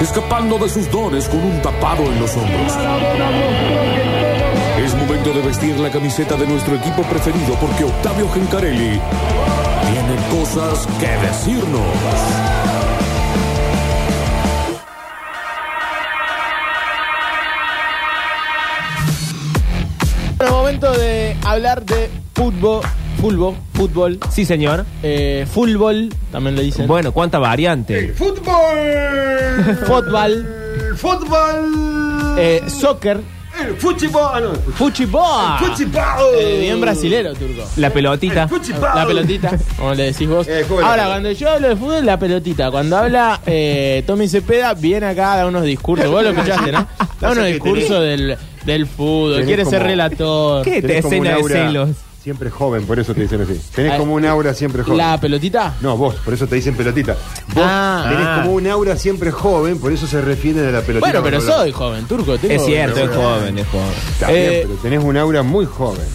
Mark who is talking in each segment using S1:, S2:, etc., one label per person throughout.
S1: escapando de sus dones con un tapado en los hombros. Es momento de vestir la camiseta de nuestro equipo preferido porque Octavio Gencarelli tiene cosas que decirnos.
S2: Es momento de hablar de fútbol, fútbol, fútbol,
S3: Sí, señor.
S2: eh, fútbol, también le dicen.
S3: Bueno, cuánta variante.
S4: Fútbol,
S2: Fútbol,
S4: el fútbol,
S2: eh, soccer,
S4: el fútbol, ah, no, el fútbol,
S2: fuchiboa.
S4: fútbol.
S2: Eh, bien brasilero, turco.
S3: La
S4: el
S3: pelotita.
S4: fútbol,
S2: La pelotita, como le decís vos.
S4: Eh, joven,
S2: Ahora,
S4: la
S2: cuando yo hablo de fútbol, la pelotita. Cuando habla eh, Tommy Cepeda, viene acá a dar unos discursos. Vos lo escuchaste, ¿no? Da unos discursos del, del fútbol.
S4: Tenés
S2: Quiere ser
S4: como-
S2: relator.
S3: ¿Qué te
S4: Tenés como un
S3: escena de
S4: aura
S3: celos?
S4: Siempre joven, por eso te dicen así. Tenés
S2: Ay,
S4: como un aura siempre joven.
S2: Ah. ¿La pelotita?
S4: No, vos, por eso te dicen pelotita. Vos
S2: Ah.
S4: tenés
S3: Ah.
S4: como un aura siempre joven, por eso se refieren a la pelotita.
S2: Bueno, pero
S4: cuando
S2: soy joven, turco. tengo-
S3: Es cierto, es joven, es joven.
S4: hablas. Está bien,
S2: Eh,
S4: pero tenés un aura muy joven.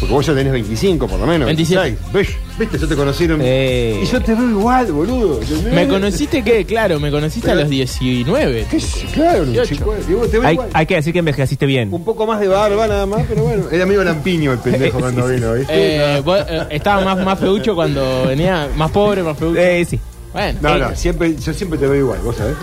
S4: Porque vos ya tenés 25 por lo menos.
S2: 27.
S4: 26. ¿Ves? Viste, yo te conocieron.
S3: Eh.
S4: Y yo te veo igual, boludo.
S2: Me conociste, que claro, me conociste a los 19.
S4: ¿Qué sé? Claro, los
S2: 18.
S4: chicos. Digo, te veo
S3: Hay,
S4: igual.
S3: hay que decir que envejeciste bien.
S4: Un poco más de barba nada más, pero bueno. Era medio lampiño el pendejo cuando vino, ¿viste?
S2: Eh, vos, eh, estaba más, más feucho cuando venía, más pobre, más feucho.
S3: Eh, sí.
S2: bueno,
S4: No,
S2: eh,
S4: no, siempre, yo siempre te veo igual, vos sabés.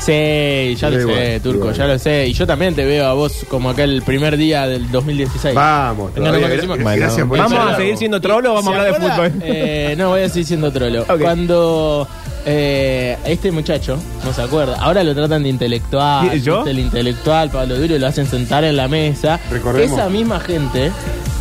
S2: sí, ya
S4: Da
S2: lo
S4: igual,
S2: sé,
S4: da
S2: Turco,
S4: igual.
S2: ya lo sé. Y yo también te veo a vos como aquel primer día del 2016.
S4: Vamos,
S2: No, no,
S4: todavía,
S2: no,
S4: gra-
S2: no.
S4: gracias por
S2: Bueno,
S3: ¿Vamos
S4: eso.
S3: a seguir siendo trolo o vamos
S2: ¿Se
S3: a hablar de
S2: acuerda?
S3: fútbol?
S2: Eh, no, voy a seguir siendo trolo. Cuando eh, este muchacho, no se acuerda, ahora lo tratan de intelectual.
S3: ¿Y- yo?
S2: ¿viste? El intelectual, Pablo Durio, lo hacen sentar en la mesa.
S4: Recordemos.
S2: Esa misma gente.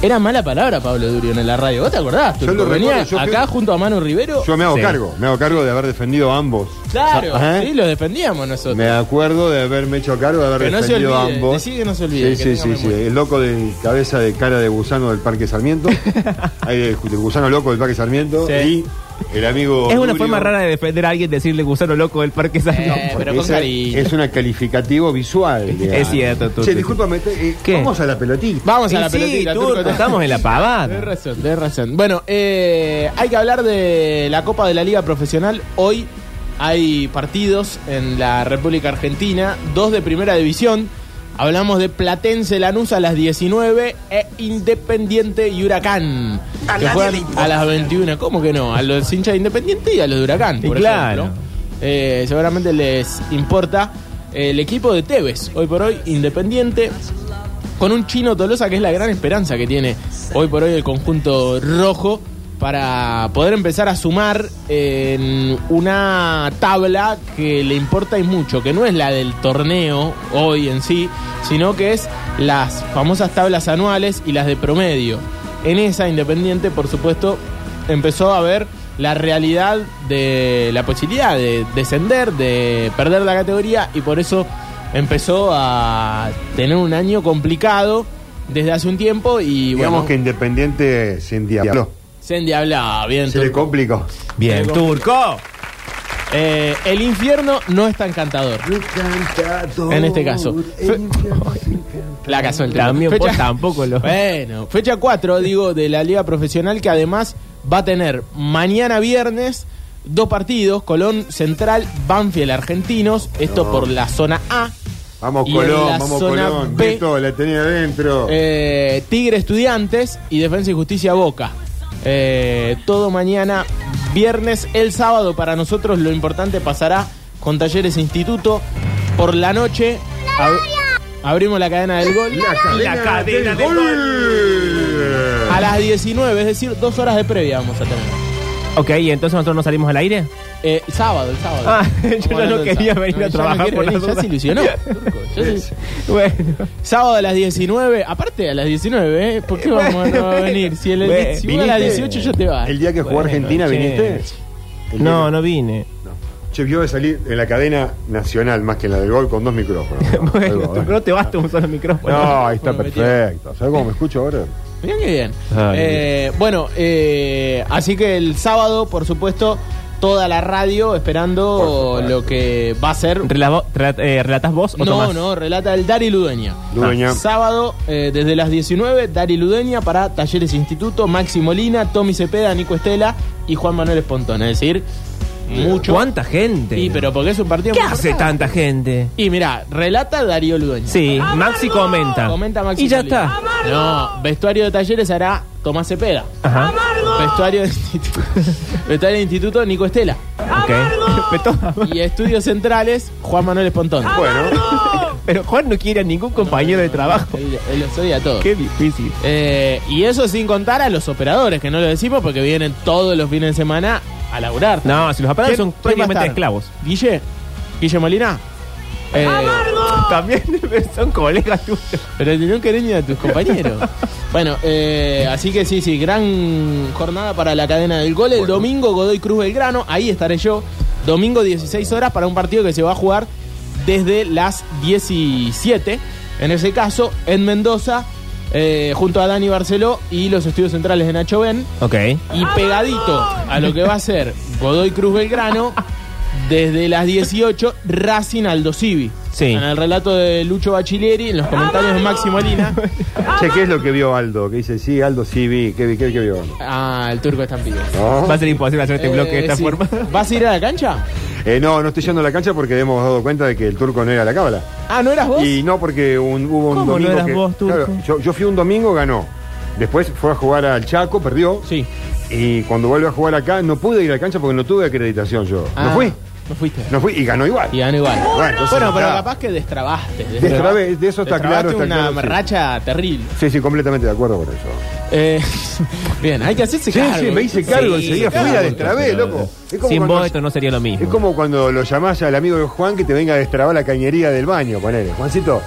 S2: Era mala palabra Pablo Durio en la radio. ¿Vos te acordás?
S4: Yo
S2: Turco?
S4: lo recuerdo,
S2: Venía
S4: yo
S2: acá
S4: fui-
S2: junto a Manu Rivero.
S4: Yo me hago
S3: Sí.
S4: cargo, me hago cargo de haber defendido a ambos.
S2: Claro,
S3: Ah,
S4: Ajá.
S3: ¿eh?
S2: sí, lo defendíamos nosotros.
S4: Me acuerdo de haberme hecho cargo de haber
S2: Que no se
S4: defendido
S2: olvide,
S4: a ambos.
S2: decí que no se olvide,
S4: Sí,
S2: que
S4: sí, sí,
S2: tenga
S4: sí.
S2: memoria.
S4: El loco de cabeza de cara de gusano del Parque Sarmiento. Ahí, el, el gusano loco del Parque Sarmiento.
S2: Sí.
S4: Y el amigo.
S3: Es una
S4: Durio.
S3: forma rara de defender a alguien decirle gusano loco del parque pues. San
S2: Eh,
S4: Porque
S2: pero con
S4: esa
S2: cariño.
S4: Es un calificativo visual. digamos.
S3: Es cierto, tú.
S4: Che, discúlpame, te- eh,
S3: ¿Qué?
S4: vamos a la pelotita.
S2: Vamos a
S3: Y
S2: la
S3: sí,
S2: pelotita,
S3: tú,
S2: Turco.
S3: estamos en la
S2: Tenés
S3: pavada.
S2: razón, tenés razón. Bueno, eh, hay que hablar de la Copa de la Liga Profesional. Hoy hay partidos en la República Argentina, dos de primera división. Hablamos de Platense Lanús a las 19 e Independiente y Huracán. que juegan a las 21. ¿Cómo que no? A los hinchas de Independiente y a los de Huracán,
S3: Y
S2: por
S3: claro.
S2: ejemplo. Eh, seguramente les importa eh, el equipo de Tevez, hoy por hoy Independiente, con un chino Tolosa que es la gran esperanza que tiene hoy por hoy el conjunto rojo para poder empezar a sumar en una tabla que le importa y mucho, que no es la del torneo hoy en sí, sino que es las famosas tablas anuales y las de promedio. En esa Independiente, por supuesto, empezó a ver la realidad de la posibilidad de descender, de perder la categoría y por eso empezó a tener un año complicado desde hace un tiempo y
S4: Digamos
S2: bueno,
S4: que Independiente se endiabló.
S2: se endiablaba bien.
S4: Se le
S2: Turco.
S4: complicó.
S3: Bien, turco.
S2: Eh, el infierno no es tan cantador. En este caso. Fe- La casual.
S3: La mía, vos tampoco lo-
S2: Bueno, fecha 4, digo, de la Liga Profesional que además va a tener mañana viernes dos partidos, Colón Central, Banfield Argentinos, esto por la zona A.
S4: Vamos
S2: Y en
S4: Colón,
S2: la
S4: vamos
S2: zona
S4: Colón.
S2: B.
S4: Beto, la tenía adentro.
S2: Eh, Tigre Estudiantes y Defensa y Justicia Boca. Eh, todo mañana, viernes, el sábado para nosotros lo importante pasará con Talleres Instituto. Por la noche ab- abrimos la cadena del gol.
S3: La cadena de
S4: gol.
S2: A las 19, es decir, dos horas de previa vamos a tener.
S3: Ok, ¿y entonces nosotros no salimos al aire?
S2: Eh, sábado, el sábado.
S3: Ah,
S2: Estamos
S3: yo ya no
S2: hablando del
S3: quería
S2: sábado.
S3: venir a
S2: ya
S3: trabajar
S2: quiere
S3: por la
S2: venir, Ya
S3: duda.
S2: se ilusionó. turco, ya se-
S3: Bueno.
S2: Sábado a las 19, aparte a las 19, ¿eh? ¿Por qué vamos a no va a venir? Si, el,
S3: Bueno,
S2: si vos a las
S4: viniste.
S2: 18 ya te vas.
S4: El día que jugó
S3: Bueno,
S4: Argentina,
S3: che.
S4: ¿viniste? El día
S3: No,
S4: que-
S3: no vine.
S4: No. Che, vio de salir en la cadena nacional más que en la del gol con dos micrófonos.
S3: Bueno,
S4: Algo,
S3: no
S4: ¿eh?
S3: te basta un solo micrófono.
S4: No, ahí está
S2: Bueno, me
S4: perfecto. ¿Sabes cómo me escucho ahora?
S2: Mirá qué bien.
S4: Ah,
S2: Eh, bueno, eh, así que el sábado, por supuesto, toda la radio
S4: Por
S2: esperando
S4: supuesto.
S2: lo que va a ser.
S3: Relavo- tra- eh, ¿Relatás vos o
S2: No,
S3: Tomás?
S2: no, relata el Dari Ludeña.
S4: Ludueña.
S2: Sábado, eh, desde las 19, Dari Ludeña para Talleres Instituto, Maxi Molina, Tommy Cepeda, Nico Estela y Juan Manuel Espontón. Es decir, mucho.
S3: ¿Cuánta gente?
S2: Y pero porque es un partido
S3: ¿Qué
S2: muy
S3: hace
S2: importante.
S3: tanta gente?
S2: Y mira, relata Darío Ludueña.
S3: Sí, Maxi comenta.
S2: Comenta Maxi
S3: Y ya
S2: Molina.
S3: está.
S2: No, vestuario de talleres hará Tomás Cepeda.
S3: Ajá.
S2: Vestuario de instituto. vestuario de instituto Nico Estela.
S3: ok. Pero, toma,
S2: Y estudios centrales, Juan Manuel Espontón.
S4: Bueno,
S3: pero Juan no quiere a ningún compañero de trabajo.
S2: Él, él los odia a todos.
S3: Qué difícil.
S2: Eh, y eso sin contar a los operadores, que no lo decimos porque vienen todos los fines de semana a laburar.
S3: No, si los aparatos
S2: ¿Quién-
S3: son
S2: quién va a
S3: prácticamente
S2: estar?
S3: esclavos.
S2: Guille, Guille Molina. Eh,
S3: También son colegas tuyos.
S2: Pero el no quereño de tus compañeros. bueno, eh, así que sí, sí, gran jornada para la cadena del gol. El domingo Godoy Cruz Belgrano, ahí estaré yo. Domingo 16 horas para un partido que se va a jugar desde las 17. En ese caso, en Mendoza, eh, junto a Dani Barceló y los estudios centrales de Nacho Ben.
S3: Ok.
S2: Y pegadito a lo que va a ser Godoy Cruz Belgrano, desde las 18, Racing Aldo Civi.
S3: Sí.
S2: En el relato de Lucho Bachilieri, en los comentarios de Maxi Molina,
S4: che, ¿qué es lo que vio Aldo? Que dice, sí, Aldo sí vi. ¿Qué, vi- qué, qué vio?
S2: ah, el turco estampillo.
S4: No.
S3: Va a ser imposible hacer este
S2: Eh,
S3: bloque de esta
S2: sí.
S3: forma.
S2: ¿Vas a ir a la cancha?
S4: Eh, no, no estoy yendo a la cancha porque hemos dado cuenta de que el turco no era la cábala.
S2: Ah, ¿no eras vos?
S4: Y no porque un- hubo un
S3: ¿Cómo no
S4: domingo
S3: eras
S4: que-
S3: vos, turco?
S4: Claro, yo, yo fui un domingo, ganó. Después fue a jugar al Chaco, perdió.
S2: Sí.
S4: Y cuando vuelve a jugar acá, no pude ir a la cancha porque no tuve acreditación yo.
S2: Ah,
S4: No fui.
S2: No fuiste.
S4: No fui y ganó igual.
S2: Y ganó igual.
S4: Bueno,
S2: Bueno,
S4: entonces
S2: pero
S4: está.
S2: capaz que destrabaste.
S4: Destrabé, de eso
S2: destrabaste
S4: está claro, está
S2: una
S4: claro, sí.
S2: marracha terrible.
S4: Sí, sí, completamente de acuerdo con eso.
S2: Eh, bien, hay que hacerse
S4: Sí,
S2: cargo.
S4: sí, me hice cargo enseguida,
S2: claro,
S4: fui a
S2: porque-
S3: este
S4: destrabé, loco. Es como,
S3: Sin
S4: cuando,
S3: vos esto no sería lo mismo.
S4: es como cuando lo llamás al amigo de Juan que te venga a destrabar la cañería del baño, ponele. Juancito,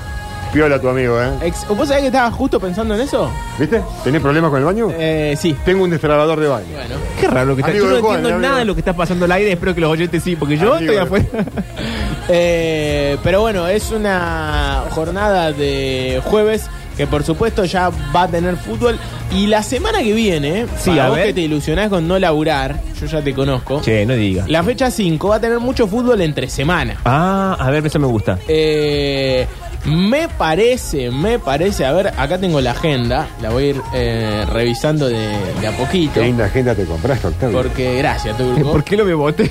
S4: piola a tu amigo, ¿eh?
S2: Ex- ¿Vos sabés que estaba justo pensando en eso?
S4: ¿Viste? ¿Tenés problemas con el baño?
S2: Eh, sí.
S4: Tengo un destrabador de baño.
S2: Bueno.
S3: Qué raro que está.
S4: Amigo
S3: Yo no
S4: de Juan,
S3: entiendo
S4: amigo.
S3: nada de lo que está pasando al aire. Espero que los oyentes sí, porque yo
S4: Amigo
S3: estoy
S4: de-
S3: afuera.
S2: Eh, pero bueno, es una jornada de jueves que por supuesto ya va a tener fútbol. Y la semana que viene, eh,
S3: Sí,
S2: para
S3: a
S2: vos
S3: ver.
S2: que te ilusionás con no laburar, yo ya te conozco,
S3: Che, no digas.
S2: la fecha 5 va a tener mucho fútbol entre semana.
S3: Ah, a ver, eso me gusta.
S2: Eh, me parece, me parece, a ver, acá tengo la agenda, la voy a ir eh, revisando de, de a poquito.
S4: Qué linda agenda te compraste, Octavio.
S2: Porque, gracias, Turco.
S3: ¿Por qué lo me boté?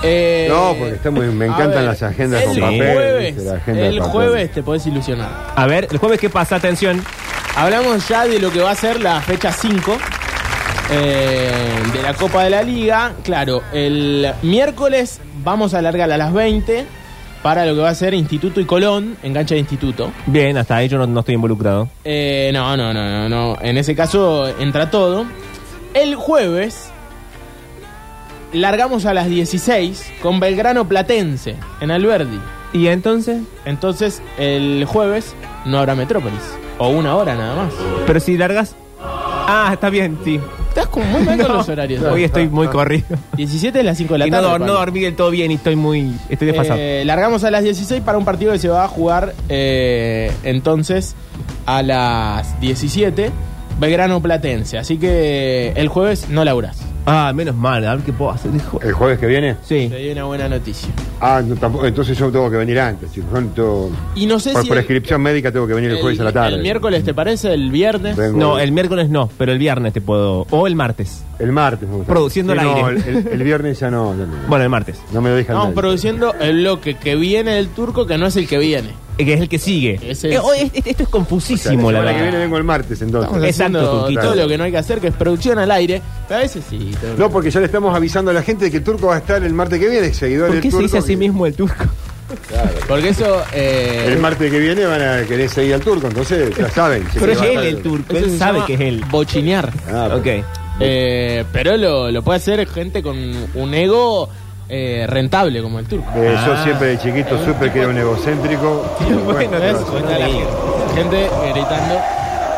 S2: Eh,
S4: No, porque está muy- me
S2: a
S4: encantan las agendas
S2: el
S3: con papel,
S2: Jueves,
S4: ¿viste? La agenda de
S2: el
S4: papel.
S2: jueves te podés ilusionar.
S3: A ver, el jueves qué pasa, atención.
S2: Hablamos ya de lo que va a ser la fecha 5 eh, de la Copa de la Liga. Claro, el miércoles vamos a alargar a las 20 para lo que va a ser Instituto y Colón, engancha de Instituto.
S3: Bien, hasta ahí yo no, no estoy involucrado.
S2: Eh, no, no, no, no, no. En ese caso entra todo. El jueves largamos a las 16 con Belgrano Platense en Alberdi.
S3: ¿Y entonces?
S2: Entonces, el jueves no habrá Metrópolis. O una hora nada más.
S3: Pero si largas. Ah, está bien, sí.
S2: Estás como muy mal con los horarios.
S3: Hoy
S2: ¿no?
S3: estoy muy corrido.
S2: 17 es las 5 de la
S3: Y no,
S2: tarde.
S3: dor- no
S2: Pablo.
S3: dormí del todo bien y estoy muy. Estoy desfasado.
S2: Eh, largamos a las 16 para un partido que se va a jugar eh, entonces a las 17. Belgrano Platense. Así que eh, el jueves no laburás.
S3: Ah, menos mal, a ver qué puedo hacer. hijo.
S4: ¿El jueves que viene?
S3: Sí.
S2: Te doy una buena noticia.
S4: Ah, no, tampoco, entonces yo tengo que venir antes, chicos. Yo no tengo-
S2: Y no sé
S4: por
S2: si. el-
S4: prescripción médica tengo que venir el, jueves a la tarde.
S2: el miércoles, ¿te parece? ¿El viernes?
S4: Vengo-
S3: No, el miércoles no, pero el viernes te puedo. O el martes.
S4: el martes. me gusta.
S3: Produciendo
S4: Sí,
S3: al
S4: no,
S3: aire.
S4: el, el viernes ya no. ya no,
S3: Bueno, el martes.
S4: No me lo dejan.
S2: Estamos produciendo el bloque que viene del turco, que no es el que viene.
S3: Eh, Que es el que sigue.
S2: Es el-
S3: Eh, oh, es- es- esto es confusísimo, la
S4: la semana que
S3: verdad.
S4: viene vengo el martes, entonces.
S2: Estamos
S3: Exacto,
S2: haciendo
S3: Turquito.
S2: todo lo que no hay que hacer, que es producción al aire. Pero a veces sí. todo
S4: No, porque ya le estamos avisando a la gente de que el turco va a estar el martes que viene, seguidores
S3: ¿Por qué
S4: del
S3: se
S4: turco.
S3: dice a sí
S4: que-
S3: mismo el turco?
S2: Porque eso. eh,
S4: El martes que viene van a querer seguir al turco, entonces ya saben. se
S3: Pero es
S4: va a
S3: él
S4: estar-
S3: el turco,
S2: eso
S3: él
S2: se
S3: sabe
S2: llama
S3: que es él.
S2: Bochinear.
S4: Ah,
S3: Ok.
S2: Eh, pero lo, lo puede hacer gente con un ego eh, rentable, como el turco.
S4: Eh,
S3: Ah.
S4: Yo siempre de chiquito supe que era un egocéntrico. Bueno,
S3: Bueno,
S2: ¿Ves?
S4: claro,
S3: eso.
S2: Ahí está la gente. Gente gritando.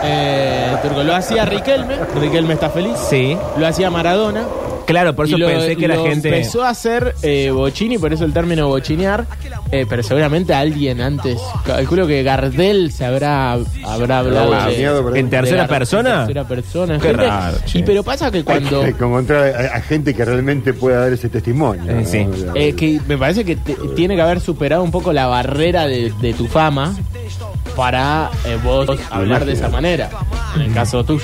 S2: eh, el turco. Lo hacía Riquelme. Riquelme está feliz.
S3: Sí.
S2: Lo hacía Maradona.
S3: Claro, por
S2: Y
S3: eso
S2: lo-
S3: pensé que la
S2: lo
S3: gente.
S2: Empezó a hacer eh, bochini, por eso el término bochinear. eh, pero seguramente alguien antes. Calculo que Gardel se habrá, habrá hablado
S4: Ah,
S2: de-
S4: miedo, perdón.
S3: ¿En tercera
S2: de Gardel,
S3: persona?
S2: tercera persona.
S3: Qué
S2: Gente-
S3: raro,
S2: Y
S3: che.
S2: pero pasa que
S4: Hay que
S2: cuando.
S4: encontrar a, a gente que realmente pueda dar ese testimonio.
S3: Eh, sí.
S4: ¿no?
S2: eh, que me parece que te- tiene que haber superado un poco la barrera de, de tu fama para eh, vos hablar de esa manera. En el caso tuyo.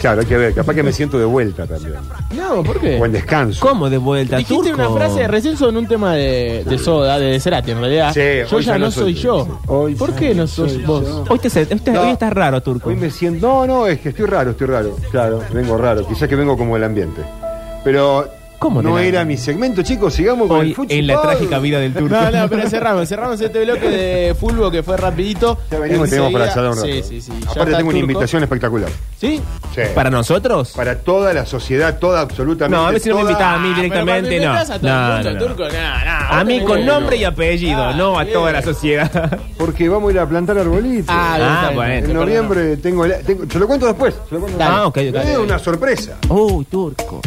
S4: Claro, hay que ver. Capaz que me siento de vuelta también.
S2: No, ¿por qué?
S4: O en descanso.
S3: ¿Cómo de vuelta?
S2: Dijiste
S3: turco?
S2: una frase recién son un tema de, de soda, de Cerati en realidad.
S4: Sí,
S2: yo
S4: hoy
S2: ya no soy yo.
S4: Hoy
S2: ¿Por
S4: ya
S2: qué no sos vos?
S3: Hoy, te- hoy te-
S4: No.
S3: hoy estás raro, turco.
S4: Hoy me siento. No, no, es que estoy raro, estoy raro. Claro, vengo raro. Quizás que vengo como el ambiente. Pero.
S3: ¿Cómo te
S4: No
S3: la-
S4: era mi segmento, chicos. Sigamos con
S3: Hoy
S4: el fútbol.
S3: en la trágica vida del turco.
S2: No, no, pero cerramos, cerramos este bloque de fútbol que fue rapidito.
S4: Ya venimos, tenemos para charlar un rato.
S2: Sí, sí, sí. Ya
S4: Aparte,
S2: está
S4: tengo una
S2: Turco.
S4: invitación espectacular.
S2: ¿Sí?
S4: Sí.
S3: ¿Para nosotros?
S4: Para toda la sociedad, toda absolutamente.
S3: No, a ver si no me
S4: toda-
S3: invitaba a mí directamente,
S2: Ah,
S3: no.
S2: pero cuando invitas a todo el
S3: No,
S2: mundo,
S3: no, no.
S2: Turco, no, no,
S3: A
S2: vos
S3: mí
S2: tenés
S3: con
S2: que-
S3: nombre y apellido,
S2: Ah,
S3: no a
S2: sí.
S3: toda la sociedad.
S4: Porque vamos a ir a plantar arbolitos.
S2: Ah,
S3: Ah,
S2: está bien.
S3: bueno.
S4: en
S2: Perdón,
S4: noviembre tengo, el- tengo. Se lo cuento después. Se lo cuento
S2: Dale.
S3: Ah, ok, ok.
S4: Es una sorpresa.
S3: Uy, turco.